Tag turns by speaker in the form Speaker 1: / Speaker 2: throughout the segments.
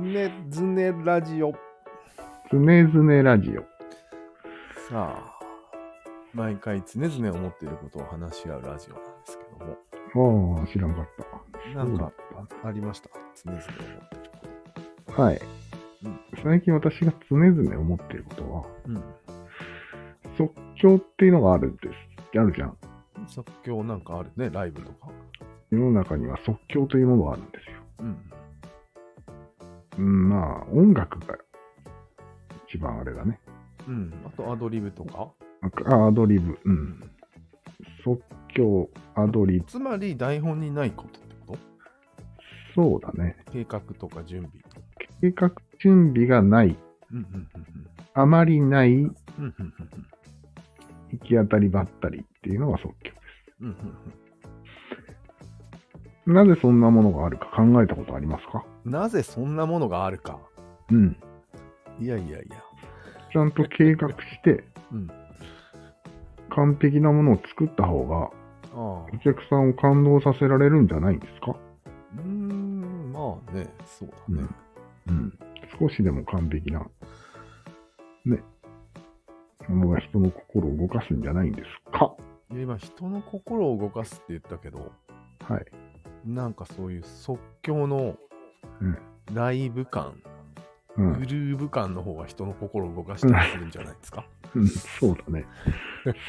Speaker 1: ねずねラジオ。
Speaker 2: つねずねラジオ。
Speaker 3: さあ、毎回常々思っていることを話し合うラジオなんですけども、
Speaker 2: ああ、知らんかっ
Speaker 3: なんかあありました常々思ってること。
Speaker 2: た。はい
Speaker 3: うん。
Speaker 2: 最近私が常々思っていることは、
Speaker 3: うん。
Speaker 2: 即興っていうのがあるんです。あるじゃん。
Speaker 3: 即興なんかあるね、ライブとか。
Speaker 2: 世の中には即興というものがあるんですよ。
Speaker 3: うん。
Speaker 2: うん、まあ、音楽が一番あれだね。
Speaker 3: うん。あとアドリブとか。
Speaker 2: あアドリブ。うん。即興、アドリブ。
Speaker 3: つまり台本にないことってこ
Speaker 2: そうだね。
Speaker 3: と計画とか準備とか。
Speaker 2: 計画準備がない。
Speaker 3: うんうんうん
Speaker 2: あまりない行
Speaker 3: うん。うんうんうん
Speaker 2: き当たりばったりっていうのが即興。
Speaker 3: うん。うんうん
Speaker 2: なぜそんなものがあるか考えたことありますか
Speaker 3: うんなぜそんなものがあるか。
Speaker 2: うん。
Speaker 3: いやいやいや。
Speaker 2: ちゃんと計画して、
Speaker 3: うん
Speaker 2: 完璧なものを作った方が、
Speaker 3: ああ。
Speaker 2: お客さんを感動させられるんじゃないんですか
Speaker 3: うーん、まあね、そうだね。
Speaker 2: うん。少しでも完璧な、ね、ものが人の心を動かすんじゃないんですか
Speaker 3: いや今、人の心を動かすって言ったけど、
Speaker 2: はい。
Speaker 3: なんかそういう即興の
Speaker 2: うん
Speaker 3: ライブ感、
Speaker 2: う
Speaker 3: グ
Speaker 2: ん。
Speaker 3: ルーヴ感の方が人の心を動かしたりするんじゃないですか。
Speaker 2: うん そうだね。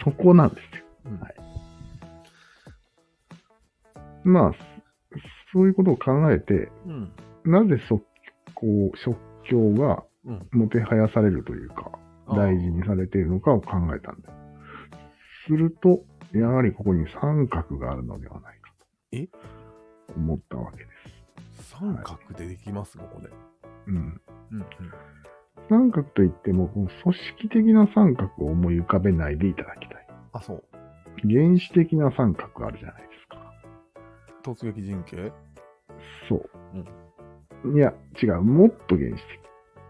Speaker 2: そこなんですよ。
Speaker 3: うん
Speaker 2: はいまあ、そそういうことを考えて、
Speaker 3: うん。
Speaker 2: なぜ即興、即興が
Speaker 3: うん
Speaker 2: もてはやされるというか、
Speaker 3: ああ
Speaker 2: 大事にされているのかを考えたんだよ。すると、やはりここに三角があるのではないか。
Speaker 3: え
Speaker 2: 思ったわけです。
Speaker 3: 三角でできます、ここで。
Speaker 2: うん。
Speaker 3: うんうん。
Speaker 2: 三角といっても、この組織的な三角を思い浮かべないでいただきたい。
Speaker 3: あ、そう。
Speaker 2: 原始的な三角があるじゃないですか。
Speaker 3: 突撃人形
Speaker 2: そう。いや、違う。もっと原始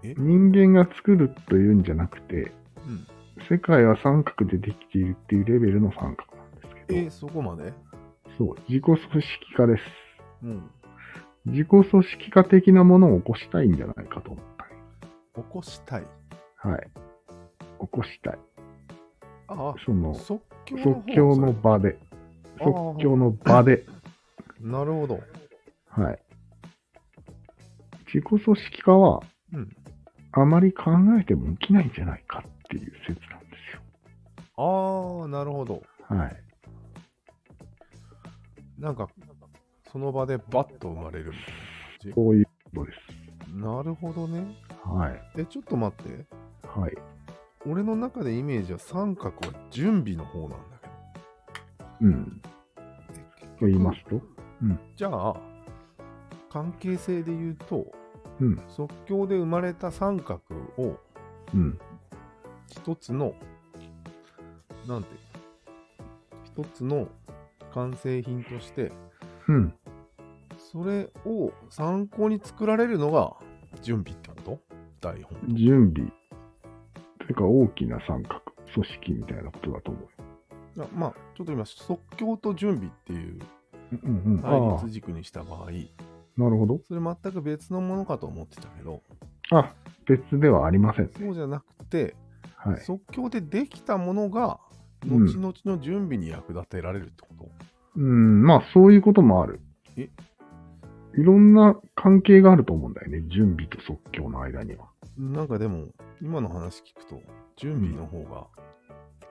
Speaker 3: え
Speaker 2: 的。人間が作るというんじゃなくて、
Speaker 3: うん
Speaker 2: 世界は三角でできているっていうレベルの三角なんですけど、
Speaker 3: え、そこまで
Speaker 2: そう、自己組織化です。
Speaker 3: うん。
Speaker 2: 自己組織化的なものを起こしたいんじゃないかと思っ
Speaker 3: 起こしたい。
Speaker 2: た。はい。起こしたい。
Speaker 3: ああ、
Speaker 2: その、
Speaker 3: 即興の方
Speaker 2: 即興の場で。
Speaker 3: あー
Speaker 2: 即興の場で。
Speaker 3: なるほど。
Speaker 2: はい。自己組織化は、
Speaker 3: うん
Speaker 2: あまり考えても起きないんじゃないかっていう説なんですよ。
Speaker 3: ああ、なるほど。
Speaker 2: はい。
Speaker 3: なんか、その場でバッと生まれるみたい
Speaker 2: そういうことです。
Speaker 3: な。なるほどね。
Speaker 2: はい。
Speaker 3: え、ちょっと待って。
Speaker 2: はい。
Speaker 3: 俺の中でイメージは三角は準備の方なんだけど。
Speaker 2: うん。と言いますと
Speaker 3: じゃあ、関係性で言うと、
Speaker 2: うん
Speaker 3: 即興で生まれた三角を
Speaker 2: うん。
Speaker 3: 一つの、なんていうの一つの完成品として、
Speaker 2: うん。
Speaker 3: それを参考に作られるのが準備ってこと台本。
Speaker 2: 準備。というか大きな三角、組織みたいなことだと思う。
Speaker 3: あまあ、ちょっと今、即興と準備っていう
Speaker 2: うんうんうん。
Speaker 3: 対
Speaker 2: あ
Speaker 3: 立軸にした場合、
Speaker 2: あ、なるほど。
Speaker 3: それ全く別のものかと思ってたけど、
Speaker 2: あ、別ではありません。
Speaker 3: そうじゃなくて、
Speaker 2: はい。
Speaker 3: 即興でできたものが、後
Speaker 2: うん
Speaker 3: 々の準備に役立てられるってこと、
Speaker 2: うん、まあそういうこともある。
Speaker 3: え
Speaker 2: いろんな関係があると思うんだよね。準備と即興の間には。
Speaker 3: なんかでも、今の話聞くと、準備の方が、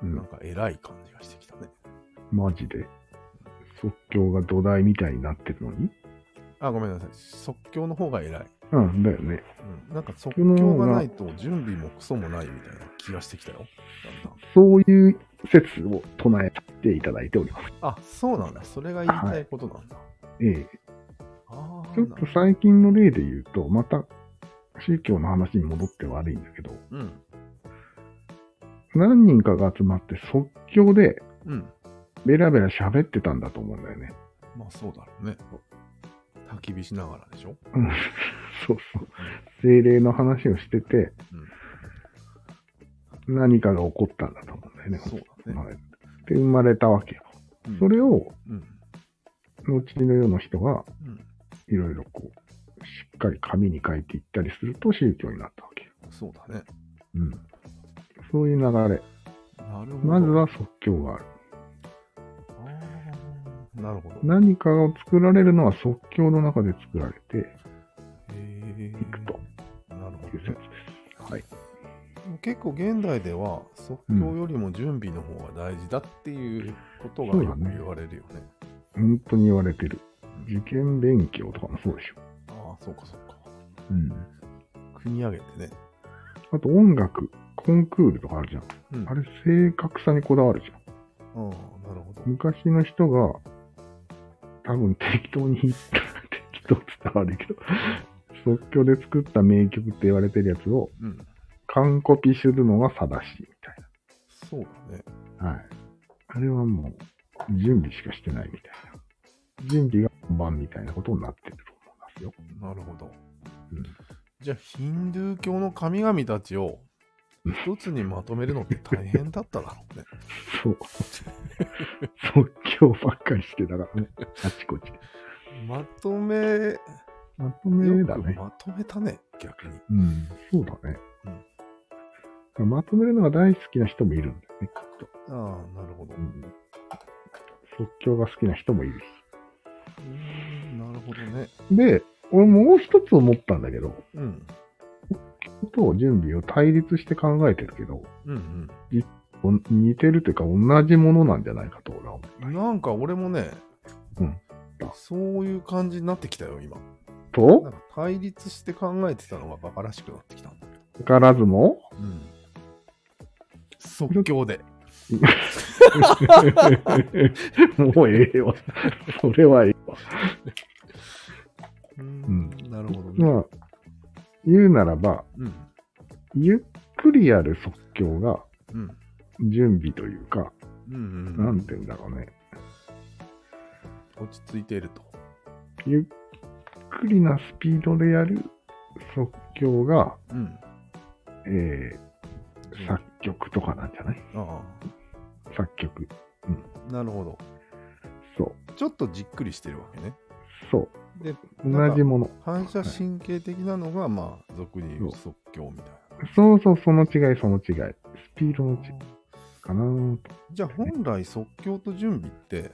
Speaker 2: う
Speaker 3: なん
Speaker 2: ん、
Speaker 3: か偉い感じがしてきたね。
Speaker 2: マジで。即興が土台みたいになってるのに。
Speaker 3: あ、ごめんなさい。即興の方が偉い。
Speaker 2: うん、だよね。
Speaker 3: うん、なんか即興がないと、準備もクソもないみたいな気がしてきたよ。だん
Speaker 2: そういう説を唱えていただいております。
Speaker 3: だん。あ、そうなんだ。それが言いたいことなんだ。
Speaker 2: ええ。
Speaker 3: ああ、
Speaker 2: ちょっ
Speaker 3: な
Speaker 2: と最近の例で言うと、また宗教の話に戻って悪いんだけど、
Speaker 3: うん。
Speaker 2: 何人かが集まって即興で
Speaker 3: うん。
Speaker 2: ベラベラ喋ってたんだと思うんだよね。
Speaker 3: まあそうだろうね。焚き火しながらでしょ
Speaker 2: うんそうそう。精霊の話をしてて、何かが起こったんだと思うんだよね。
Speaker 3: そうだ
Speaker 2: 生
Speaker 3: ね。
Speaker 2: まれてで、生まれたわけよ。
Speaker 3: うん
Speaker 2: それを、
Speaker 3: うん。
Speaker 2: 後の世の人が、
Speaker 3: うん
Speaker 2: いろいろこう、っかり紙に書いていったりすると宗教になったわけ。
Speaker 3: そうだね。
Speaker 2: うん。そういう流れ。
Speaker 3: なるほど。
Speaker 2: まずは即興がある。
Speaker 3: あーなるほど。
Speaker 2: 何かを作られるのは即興の中で作られて
Speaker 3: へ
Speaker 2: いくと
Speaker 3: ーなるほ
Speaker 2: いう
Speaker 3: ど
Speaker 2: 説で
Speaker 3: ね。
Speaker 2: す。はい。
Speaker 3: 結構現代では即興よりも準備の方が大事だっていうことが
Speaker 2: そう
Speaker 3: よ
Speaker 2: だ
Speaker 3: く
Speaker 2: ね
Speaker 3: 言われるよね。
Speaker 2: 本当に言われてる。受験勉強とかもそうでしょ。
Speaker 3: ああ、そうかそうか。
Speaker 2: うん。
Speaker 3: 組み上げてね。
Speaker 2: あと音楽、コンクールとかあるじゃん。
Speaker 3: うん、
Speaker 2: あれ正確さにこだわるじゃん。
Speaker 3: ああ、なるほど。
Speaker 2: 昔の人が多分適当に言った、 適当って言ったら悪いけど、即興で作った名曲って言われてるやつを
Speaker 3: うん。
Speaker 2: 完コピするのが正しいみたい
Speaker 3: そうだね。
Speaker 2: な。はい。あれはもう準備しかしてないみたいな。準備が本番みたいなことになってると思いますよ。
Speaker 3: なるほど。
Speaker 2: うん
Speaker 3: じゃあ、ヒンドゥー教の神々たちを
Speaker 2: うん
Speaker 3: 一つにまとめるのって大変だっただろうね。
Speaker 2: そう。即興ばっかりしてたからね。あちこち。
Speaker 3: まとめ、
Speaker 2: まとめ
Speaker 3: よ
Speaker 2: だ
Speaker 3: く
Speaker 2: ね。
Speaker 3: まとめたね、逆に。
Speaker 2: うん、そうだね。まとめるのが大好きな人もいるんだよね、きっと。
Speaker 3: ああ、なるほど。
Speaker 2: う、
Speaker 3: うん
Speaker 2: 即興が好きな人もいる
Speaker 3: ーん、なるほどね。
Speaker 2: し。で、俺もう一つ思ったんだけど、
Speaker 3: うん。
Speaker 2: と準備を対立して考えてるけど、
Speaker 3: うん
Speaker 2: お似てるというか同じものなんじゃないかと俺は思う。
Speaker 3: うん。なんか俺もね、
Speaker 2: うん
Speaker 3: そういう感じになってきたよ、今。な
Speaker 2: と
Speaker 3: んか対立して考えてたのがバカらしくなってきたんだけど。
Speaker 2: 図からずも、
Speaker 3: うん。即興で。
Speaker 2: もうええわ。それはええわ。
Speaker 3: うー
Speaker 2: ん
Speaker 3: ん、なるほどね。
Speaker 2: まあ、言うならば、
Speaker 3: うん。
Speaker 2: ゆっくりやる即興が
Speaker 3: うん。
Speaker 2: 準備というか、
Speaker 3: うん、う。
Speaker 2: なんんて言うんだろうね。
Speaker 3: 落ち着いていると。
Speaker 2: ゆっくりなスピードでやる即興が、
Speaker 3: うん。
Speaker 2: えー、作曲とかなんじゃない
Speaker 3: あ
Speaker 2: 作曲。
Speaker 3: あ、なるほど。
Speaker 2: そう。
Speaker 3: ちょっとじっくりしてるわけね。
Speaker 2: そう。
Speaker 3: で、
Speaker 2: 同じもの。
Speaker 3: 反射神経的なのが、まあ、俗に言う即興みたいな。
Speaker 2: そうそう、その違い、その違い。スピードの違いかなーと
Speaker 3: じゃあ、本来即興と準備って、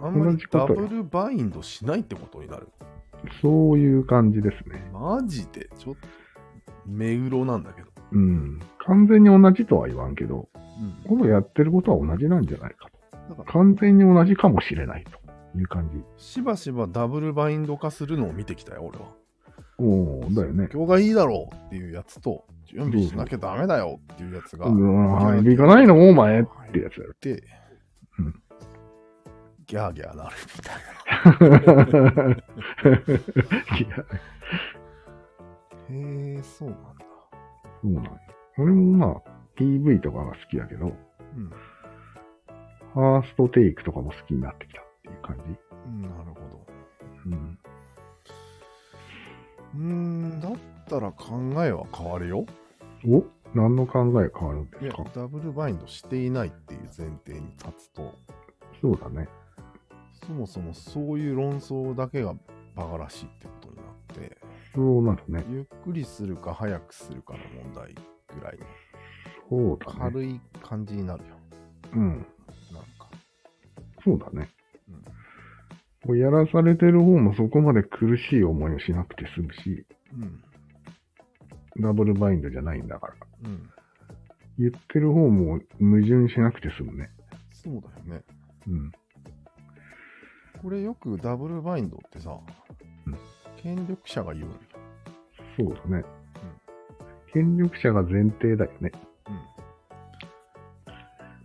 Speaker 3: あんまり
Speaker 2: 同じこと
Speaker 3: ダ
Speaker 2: よ
Speaker 3: ブルバインドしないってことになる。
Speaker 2: そういう感じですね。
Speaker 3: マジで、ちょっと、目うろなんだけど。
Speaker 2: うん。完全に同じとは言わんけど、
Speaker 3: うん
Speaker 2: このやってることは同じなんじゃないか
Speaker 3: だか
Speaker 2: と。
Speaker 3: ら、
Speaker 2: 完全に同じかもしれないという感じ。
Speaker 3: しばしばダブルバインド化するのを見てきたよ、俺は。
Speaker 2: おー、だよね。
Speaker 3: 今日がいいだろうっていうやつと、準備しなきゃダメだよっていうやつが、
Speaker 2: うん、入りがないのお前っ てやつ やる。
Speaker 3: で、
Speaker 2: うん
Speaker 3: ギャーギャーなるみたい
Speaker 2: いや、
Speaker 3: な。へえ、そうなんだ。
Speaker 2: そうなんや俺もまあ、PV とかが好きだけど、
Speaker 3: うん
Speaker 2: ファーストテイクとかも好きになってきたっていう感じ。
Speaker 3: うん、なるほど。
Speaker 2: うん。
Speaker 3: うーん、だったら考えは変わるよ。
Speaker 2: お何の考え変わるんで
Speaker 3: い
Speaker 2: す
Speaker 3: や
Speaker 2: か、
Speaker 3: ダブルバインドしていないっていう前提に立つと、
Speaker 2: そうだね。
Speaker 3: そもそもそういう論争だけがバカらしいってことになって、
Speaker 2: そうなるね。
Speaker 3: ゆっくりするか早くするかの問題ぐらい、
Speaker 2: そうだね。
Speaker 3: 軽い感じになるよ。
Speaker 2: うん。
Speaker 3: なんか。
Speaker 2: そうだね
Speaker 3: うん。
Speaker 2: こうやらされてる方もそこまで苦しい思いをしなくて済むし、
Speaker 3: うん。
Speaker 2: ダブルバインドじゃないんだから。
Speaker 3: うん。
Speaker 2: 言ってる方も矛盾しなくて済むね。
Speaker 3: そうだよね。
Speaker 2: うん。
Speaker 3: これよくダブルバインドってさ、
Speaker 2: うん
Speaker 3: 権力者が言うんよ。
Speaker 2: そうだね。権力者が前提だよね。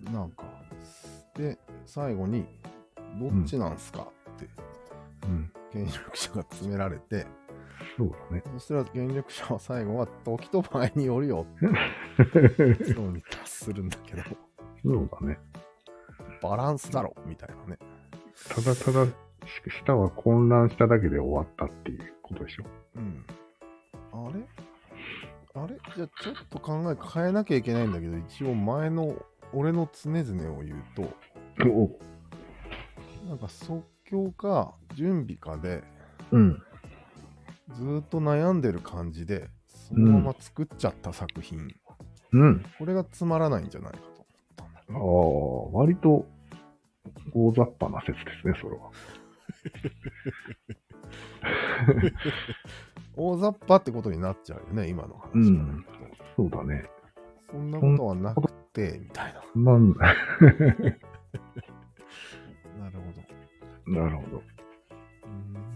Speaker 3: うん。なんか、で、最後に、どっちなんすかって、
Speaker 2: うん。
Speaker 3: 権力者が詰められて、
Speaker 2: そうだね。
Speaker 3: そしたら権力者は最後は、時と場合による よって、結論に達するんだけど、
Speaker 2: そうだね。
Speaker 3: バランスだろみたいなね。
Speaker 2: ただただし、下は混乱しただけで終わったっていうことでしょ。
Speaker 3: うん。あれあれじゃあちょっと考え変えなきゃいけないんだけど、一応前の俺の常々を言うと、
Speaker 2: お
Speaker 3: なんか即興か準備かで
Speaker 2: うん。
Speaker 3: ずーっと悩んでる感じで、そのまま作っちゃった作品、
Speaker 2: うん。
Speaker 3: これがつまらないんじゃないかと思ったんだ
Speaker 2: ああ、割と大雑把な説ですね、それは。
Speaker 3: 大雑把ってことになっちゃうよね、今の話からね、
Speaker 2: うんそうだね。
Speaker 3: そんなことはなくて、みたいな。
Speaker 2: なん、
Speaker 3: なるほど。
Speaker 2: なるほど。
Speaker 3: う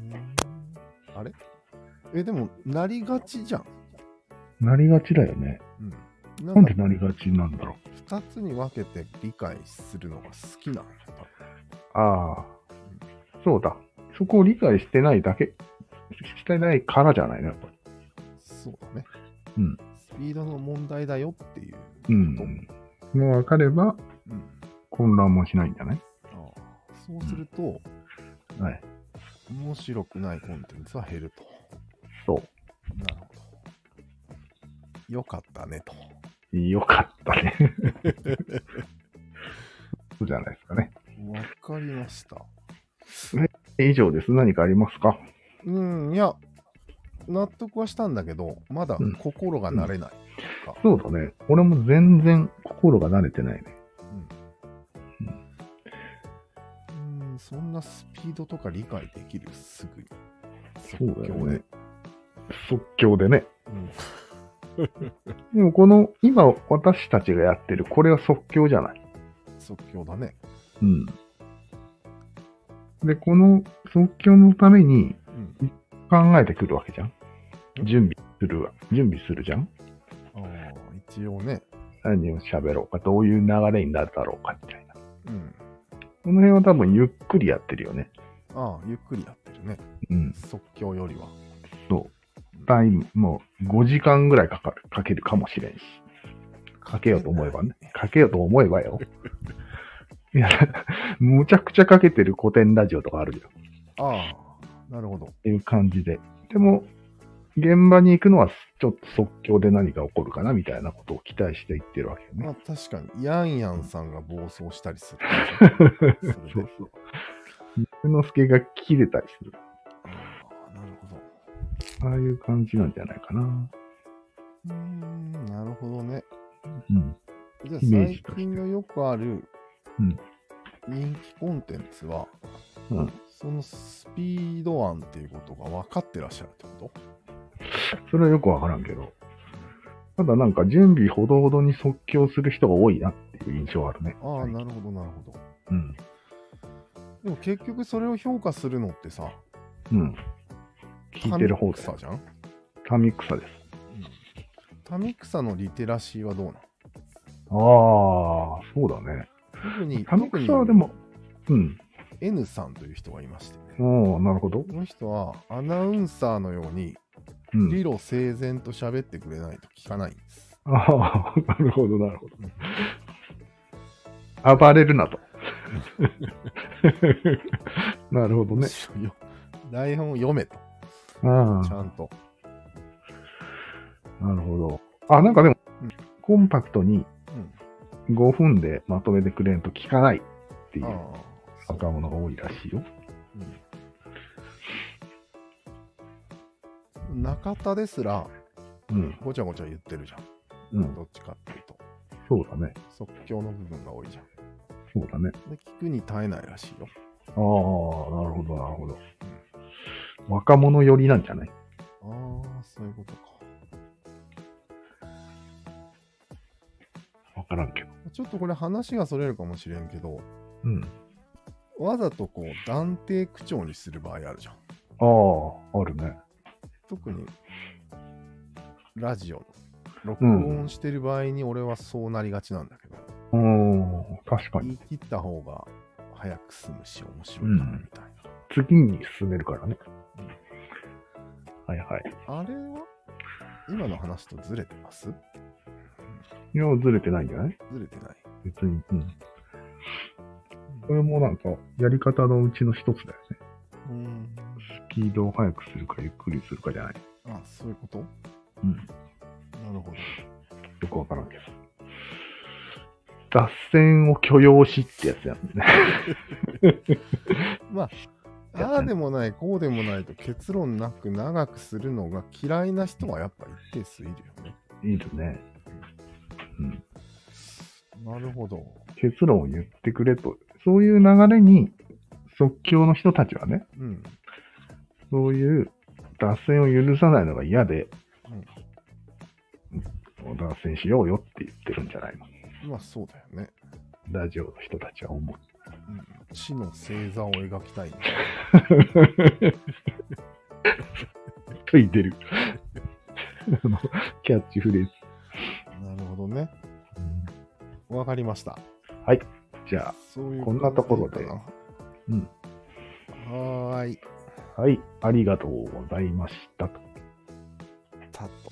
Speaker 3: ーんあれえ、でも、なりがちじゃん。
Speaker 2: なりがちだよね。
Speaker 3: うん。
Speaker 2: な
Speaker 3: なんん
Speaker 2: で
Speaker 3: か、
Speaker 2: なりがちなんだろ
Speaker 3: 二つに分けて理解するのが好きなの。
Speaker 2: う。ああ、そうだ。そこを理解してないだけ、してないからじゃないの、やっぱり。
Speaker 3: そうだね。
Speaker 2: うん。
Speaker 3: スピードの問題だよっていう。
Speaker 2: うん。もう分かれば
Speaker 3: うん。
Speaker 2: 混乱もしないんじゃない
Speaker 3: ああそうすると、
Speaker 2: はい。
Speaker 3: 面白くないコンテンツは減ると。
Speaker 2: そ
Speaker 3: なるほど。よかったねと。
Speaker 2: う。よかったね。そうじゃないですかね。
Speaker 3: わかりました。
Speaker 2: 以上です。何かありますか
Speaker 3: うん、いや、納得はしたんだけど、まだ
Speaker 2: うん
Speaker 3: 心が慣れない。
Speaker 2: そうだね。俺も全然心が慣れてないね。
Speaker 3: うん、そんなスピードとか理解できるすぐに。
Speaker 2: そうだよ
Speaker 3: 今日
Speaker 2: ね
Speaker 3: で。。
Speaker 2: 即興でね。
Speaker 3: うん
Speaker 2: でもこの、今私たちがやってる、これは即興じゃない。
Speaker 3: 即興だね。
Speaker 2: うん。で、この即興のために
Speaker 3: うん。
Speaker 2: 考えてくるわけじゃん。準備するわ。準備するじゃん。
Speaker 3: ああ、一応ね。
Speaker 2: 何を喋ろうか、どういう流れになるだろうかみたいな。
Speaker 3: うん。
Speaker 2: この辺は多分ゆっくりやってるよね。
Speaker 3: ああ、ゆっくりやってるね。
Speaker 2: うん。
Speaker 3: 即興よりは。
Speaker 2: そう。タイム、もう5時間ぐらいかかる、かけるかもしれんし。かけようと思えばね。かけようと思えばよ。いや、むちゃくちゃかけてる古典ラジオとかあるじゃん。っ
Speaker 3: ああ、なるほど。
Speaker 2: ていう感じで。でも、現場に行くのはちょっと即興で何が起こるかなみたいなことを期待していってるわけ よね。
Speaker 3: まあ確かに、ヤンヤンさんが暴走したりする。そ
Speaker 2: そ
Speaker 3: れ
Speaker 2: う
Speaker 3: で
Speaker 2: そう。ゆのすけが切れたりする。
Speaker 3: ああなるほど。
Speaker 2: ああいう感じなんじゃないかな。
Speaker 3: うーん、なるほどね。
Speaker 2: うん。
Speaker 3: じゃあ
Speaker 2: イメージ
Speaker 3: 最
Speaker 2: として
Speaker 3: 近のよくある
Speaker 2: うん
Speaker 3: 人気コンテンツは、
Speaker 2: うん
Speaker 3: そのスピード案っていうことが分かってらっしゃるってこ
Speaker 2: それはよくわからんけど。ただなんか準備ほどほどに即興する人が多いなっていう印象あるね。
Speaker 3: とああ、
Speaker 2: はい
Speaker 3: なるほど、なるほど。
Speaker 2: うん。
Speaker 3: でも結局それを評価するのってさ、
Speaker 2: うん。聞いてる方で
Speaker 3: タミクサじゃん
Speaker 2: タミクサです。
Speaker 3: タミクサのリテラシーはどうなの
Speaker 2: ああ、そうだね。
Speaker 3: 特に、
Speaker 2: タミクサは
Speaker 3: 特に
Speaker 2: でも、うん。
Speaker 3: N さんという人がいましてね。
Speaker 2: おーなるほど。
Speaker 3: この人はアナウンサーのように
Speaker 2: うん。
Speaker 3: 理路整然と喋ってくれないと聞かないんです。
Speaker 2: ああ、なるほど、なるほど。暴れる なと。なるほどね。
Speaker 3: よ台本を読めと、
Speaker 2: あ
Speaker 3: ちゃんと。
Speaker 2: あ、なるほど。あ、なんかでも
Speaker 3: うん、
Speaker 2: コンパクトに
Speaker 3: うん
Speaker 2: 5分でまとめてくれんと聞かないってい
Speaker 3: あ
Speaker 2: う
Speaker 3: あ
Speaker 2: 若者が多いらしいよ。
Speaker 3: うん中田ですら、
Speaker 2: うん、
Speaker 3: ごちゃごちゃ言ってるじゃん。
Speaker 2: うん、
Speaker 3: どっちかっていうと。
Speaker 2: そうだね。
Speaker 3: 即興の部分が多いじゃん。
Speaker 2: そうだね。
Speaker 3: で、聞くに耐えないらしいよ。
Speaker 2: ああ、なるほど、なるほど。若者寄りなんじゃない
Speaker 3: ああ、そういうことか。
Speaker 2: わからんけど。
Speaker 3: ちょっとこれ話がそれるかもしれんけど、
Speaker 2: うん。
Speaker 3: わざとこう断定口調にする場合あるじゃん。
Speaker 2: ああ、あるね。
Speaker 3: 特にラジオの録音してる場合に俺はそうなりがちなんだけど、
Speaker 2: うーん、確か
Speaker 3: 言
Speaker 2: に。
Speaker 3: い切った方が早く済むし面白いかなみたい
Speaker 2: 次に進めるからね。はいはい。
Speaker 3: な。あれは今の話とずれてます
Speaker 2: いや、ずれてないんじゃない
Speaker 3: ずれてない。
Speaker 2: 別に。うん。これもなんか、やり方のうちの一つだよね。
Speaker 3: うん。
Speaker 2: スピードを速くするか、ゆっくりするかじゃない。
Speaker 3: あ、そういうこと
Speaker 2: うん。
Speaker 3: なるほど。
Speaker 2: よくわからんけど。脱線を許容しってやつやんね。
Speaker 3: まあ、
Speaker 2: や
Speaker 3: ああでもない、こうでもないと結論なく長くするのが嫌いな人はやっぱ一定数いるよね。
Speaker 2: いいですね。うん。
Speaker 3: なるほど。
Speaker 2: 結論を言ってくれと。そういう流れに、即興の人たちはね、
Speaker 3: うん。
Speaker 2: そういう脱線を許さないのが嫌で、うん脱線しようよって言ってるんじゃないの
Speaker 3: まあそうだよね。
Speaker 2: ラジオの人たちは思う。
Speaker 3: うん死の星座を描きたい。
Speaker 2: と言ってる。 あのキャッチフレーズ。
Speaker 3: なるほどね。わかりました。
Speaker 2: じゃ
Speaker 3: そういう
Speaker 2: こんなところで
Speaker 3: 感
Speaker 2: う
Speaker 3: じ
Speaker 2: ん
Speaker 3: かな。はーい。
Speaker 2: あ、はい、ありがとうございましたと。
Speaker 3: たと。